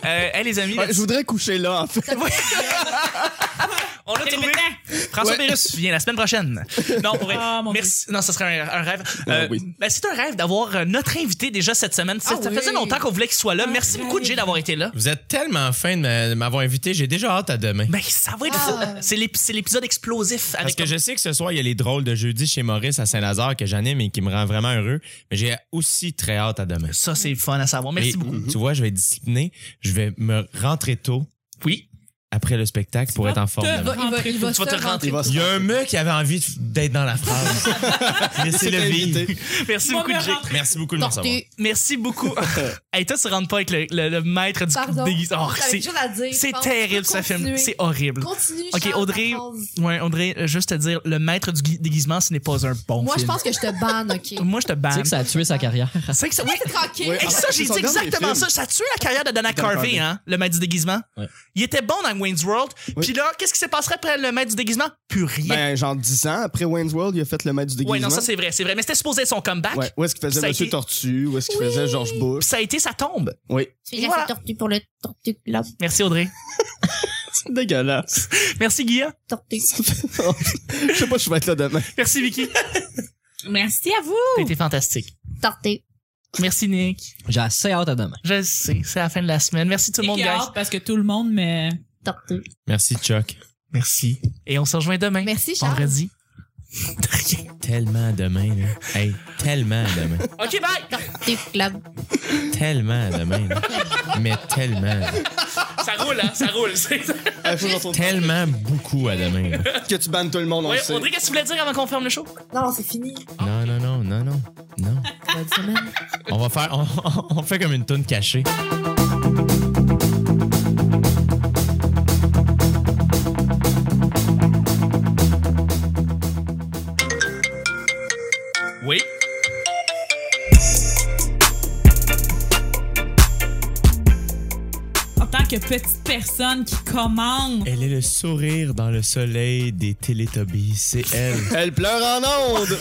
Speaker 1: Ah, Euh, hey, les amis,
Speaker 3: Ouais, je voudrais coucher là, en fait.
Speaker 1: on a
Speaker 4: Allez,
Speaker 1: trouvé.
Speaker 4: maintenant.
Speaker 1: François
Speaker 3: Ouais.
Speaker 1: Pérus vient la semaine prochaine. Non, pour vrai.
Speaker 4: Ah, mon
Speaker 1: Merci. Non, ça serait un, un rêve.
Speaker 3: Ah,
Speaker 1: Euh,
Speaker 3: oui.
Speaker 1: ben, c'est un rêve d'avoir euh, notre invité déjà cette semaine. Ça,
Speaker 5: Ah
Speaker 1: ça
Speaker 5: oui. Ah, ben
Speaker 1: faisait longtemps qu'on voulait qu'il soit là. Merci beaucoup, Jay, d'avoir été là.
Speaker 2: Vous êtes tellement fin de me- de m'avoir invité. J'ai déjà hâte à demain.
Speaker 1: Ben, ça va être.
Speaker 5: Ah.
Speaker 1: C'est l'ép- c'est l'épisode explosif
Speaker 2: Parce
Speaker 1: avec
Speaker 2: que je sais que ce soir, il y a les drôles de jeudi chez Maurice à Saint-Lazare que j'anime et qui me rend vraiment heureux. Mais j'ai aussi très hâte à demain.
Speaker 1: Ça, c'est fun à savoir. Merci
Speaker 2: Et,
Speaker 1: beaucoup.
Speaker 2: Tu vois, je vais être discipliné. Je vais me rentrer tôt
Speaker 1: Oui.
Speaker 2: après le spectacle pour être en forme.
Speaker 4: te
Speaker 5: Il va,
Speaker 2: demain.
Speaker 5: il va, il va
Speaker 1: Tu vas
Speaker 5: se
Speaker 1: te rentrer.
Speaker 5: rentrer.
Speaker 3: Il va se-
Speaker 2: Il y a un mec qui avait envie de- d'être dans la phrase. Laissez-le
Speaker 3: C'est
Speaker 2: vivre.
Speaker 3: invité.
Speaker 1: Merci
Speaker 4: Moi,
Speaker 1: beaucoup,
Speaker 4: me
Speaker 1: Jay.
Speaker 4: rentrer.
Speaker 2: Merci beaucoup de me recevoir.
Speaker 5: Porter.
Speaker 1: Merci beaucoup. hey, toi, tu rentres pas avec le, le- le maître du
Speaker 5: Pardon.
Speaker 1: déguisé. Oh,
Speaker 5: J'avais
Speaker 1: c'est
Speaker 5: quelque chose à dire.
Speaker 1: c'est
Speaker 5: Pense-
Speaker 1: terrible, ce film.
Speaker 5: Continuez.
Speaker 1: C'est horrible.
Speaker 5: Continue.
Speaker 1: Ok,
Speaker 5: Charles, ta
Speaker 1: Audrey-
Speaker 5: phrase.
Speaker 1: Ouais, Audrey, euh, juste te dire, le maître du gui- déguisement, ce n'est pas un bon
Speaker 5: Moi, je
Speaker 1: film.
Speaker 5: pense que je te banne, OK?
Speaker 1: Moi, je te
Speaker 6: Tu
Speaker 1: banne.
Speaker 6: sais que ça a tué sa carrière.
Speaker 1: C'est que ça. Oui,
Speaker 5: Tranquille.
Speaker 3: Ouais,
Speaker 1: Hey,
Speaker 3: en
Speaker 1: ça,
Speaker 3: fait,
Speaker 1: j'ai
Speaker 3: c'est
Speaker 1: dit
Speaker 3: son dernier
Speaker 1: exactement
Speaker 3: film.
Speaker 1: ça. Ça a tué la carrière de Dana Carvey,
Speaker 3: Carvey.
Speaker 1: hein, le maître du déguisement.
Speaker 6: Ouais.
Speaker 1: Il était bon dans Wayne's World.
Speaker 3: Oui.
Speaker 1: Puis là, qu'est-ce qui se passerait après le maître du déguisement? Plus rien.
Speaker 3: Ben, genre 10 ans après Wayne's World, il a fait le maître du déguisement.
Speaker 1: ouais, non, ça c'est vrai, c'est vrai. Mais c'était supposé être son comeback.
Speaker 3: Ouais. Où est-ce qu'il faisait
Speaker 1: Ça a
Speaker 3: Monsieur
Speaker 1: été-
Speaker 3: Tortue? Où est-ce qu'il faisait George
Speaker 1: Puis
Speaker 3: Bush?
Speaker 1: ça a été sa tombe.
Speaker 3: Oui.
Speaker 7: Tu fais
Speaker 1: Voilà.
Speaker 7: la tortue pour le tortue club.
Speaker 1: Merci Audrey.
Speaker 3: C'est dégueulasse.
Speaker 1: Merci Guilla.
Speaker 7: Tortue.
Speaker 3: Je sais pas si je vais être là demain.
Speaker 1: Merci Vicky.
Speaker 4: Merci à vous.
Speaker 1: T'as été fantastique.
Speaker 7: Tortue.
Speaker 1: Merci Nick.
Speaker 6: J'ai assez hâte à demain.
Speaker 1: Je le sais, c'est la fin de la semaine. Merci tout le monde,
Speaker 4: J'ai
Speaker 1: guys.
Speaker 4: hâte parce que tout le monde me...
Speaker 7: Tortue.
Speaker 2: Merci, Chuck.
Speaker 1: Merci. Et on se rejoint demain.
Speaker 5: Merci, Charles.
Speaker 1: Vendredi.
Speaker 2: Tellement demain, là. Hey, tellement demain.
Speaker 1: OK, bye!
Speaker 7: Tortue club.
Speaker 2: Tellement demain, là. Mais tellement.
Speaker 1: Ça roule, hein? Ça roule. C'est-
Speaker 3: Il faut qu'on trouve-
Speaker 2: Tellement beaucoup à demain, là.
Speaker 3: Ah, que tu bannes tout le monde, on le
Speaker 1: Ouais,
Speaker 3: sait.
Speaker 1: Audrey, qu'est-ce que tu voulais dire avant qu'on ferme le show?
Speaker 5: Non, c'est fini.
Speaker 2: Non, non, non, non, non. Non.
Speaker 5: Bonne semaine.
Speaker 2: On va faire. On, on fait comme une toune cachée.
Speaker 1: Oui.
Speaker 4: En tant que petite personne qui commande...
Speaker 2: Elle est le sourire dans le soleil des Teletubbies. C'est elle.
Speaker 3: Elle pleure en ondes!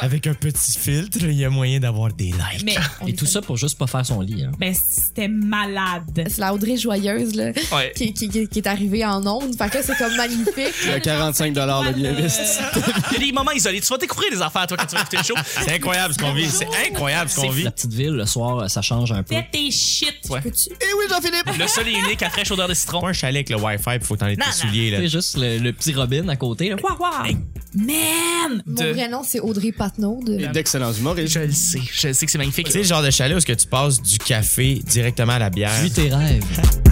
Speaker 2: Avec un petit filtre, il y a moyen d'avoir des likes.
Speaker 4: Mais
Speaker 6: Et tout ça pour juste pas faire son lit. hein.
Speaker 4: ben, c'était malade.
Speaker 5: C'est la Audrey joyeuse, là,
Speaker 1: Ouais.
Speaker 5: qui, qui, qui- qui est arrivée en ondes. Fait que là, c'est comme magnifique.
Speaker 3: Il y a 45
Speaker 1: Ah,
Speaker 3: de
Speaker 4: Euh,
Speaker 3: bien investi.
Speaker 1: Il y a des moments isolés. Tu vas découvrir des affaires, toi, quand tu vas écouter le show.
Speaker 2: C'est incroyable ce qu'on vit. C'est incroyable ce qu'on vit.
Speaker 6: La petite ville, le soir, ça change un peu.
Speaker 4: Fais tes shit.
Speaker 1: Ouais.
Speaker 3: Eh oui, Jean-Philippe!
Speaker 1: Le seul et unique à fraîche odeur de citron.
Speaker 2: Pas un chalet avec le Wi-Fi, pis faut t'enlever tes
Speaker 1: Non,
Speaker 2: souliers, là.
Speaker 6: C'est juste le, le petit Robin à côté. là.
Speaker 4: Wow, wow. Man!
Speaker 5: Mon
Speaker 1: De-
Speaker 5: vrai nom, c'est Audrey Patnaud. de-
Speaker 3: Et d'excellents humoristes.
Speaker 1: Je le sais. Je le sais que c'est magnifique.
Speaker 2: Tu sais, le genre de chalet où est-ce que tu passes du café directement à la bière.
Speaker 6: Suis tes rêves.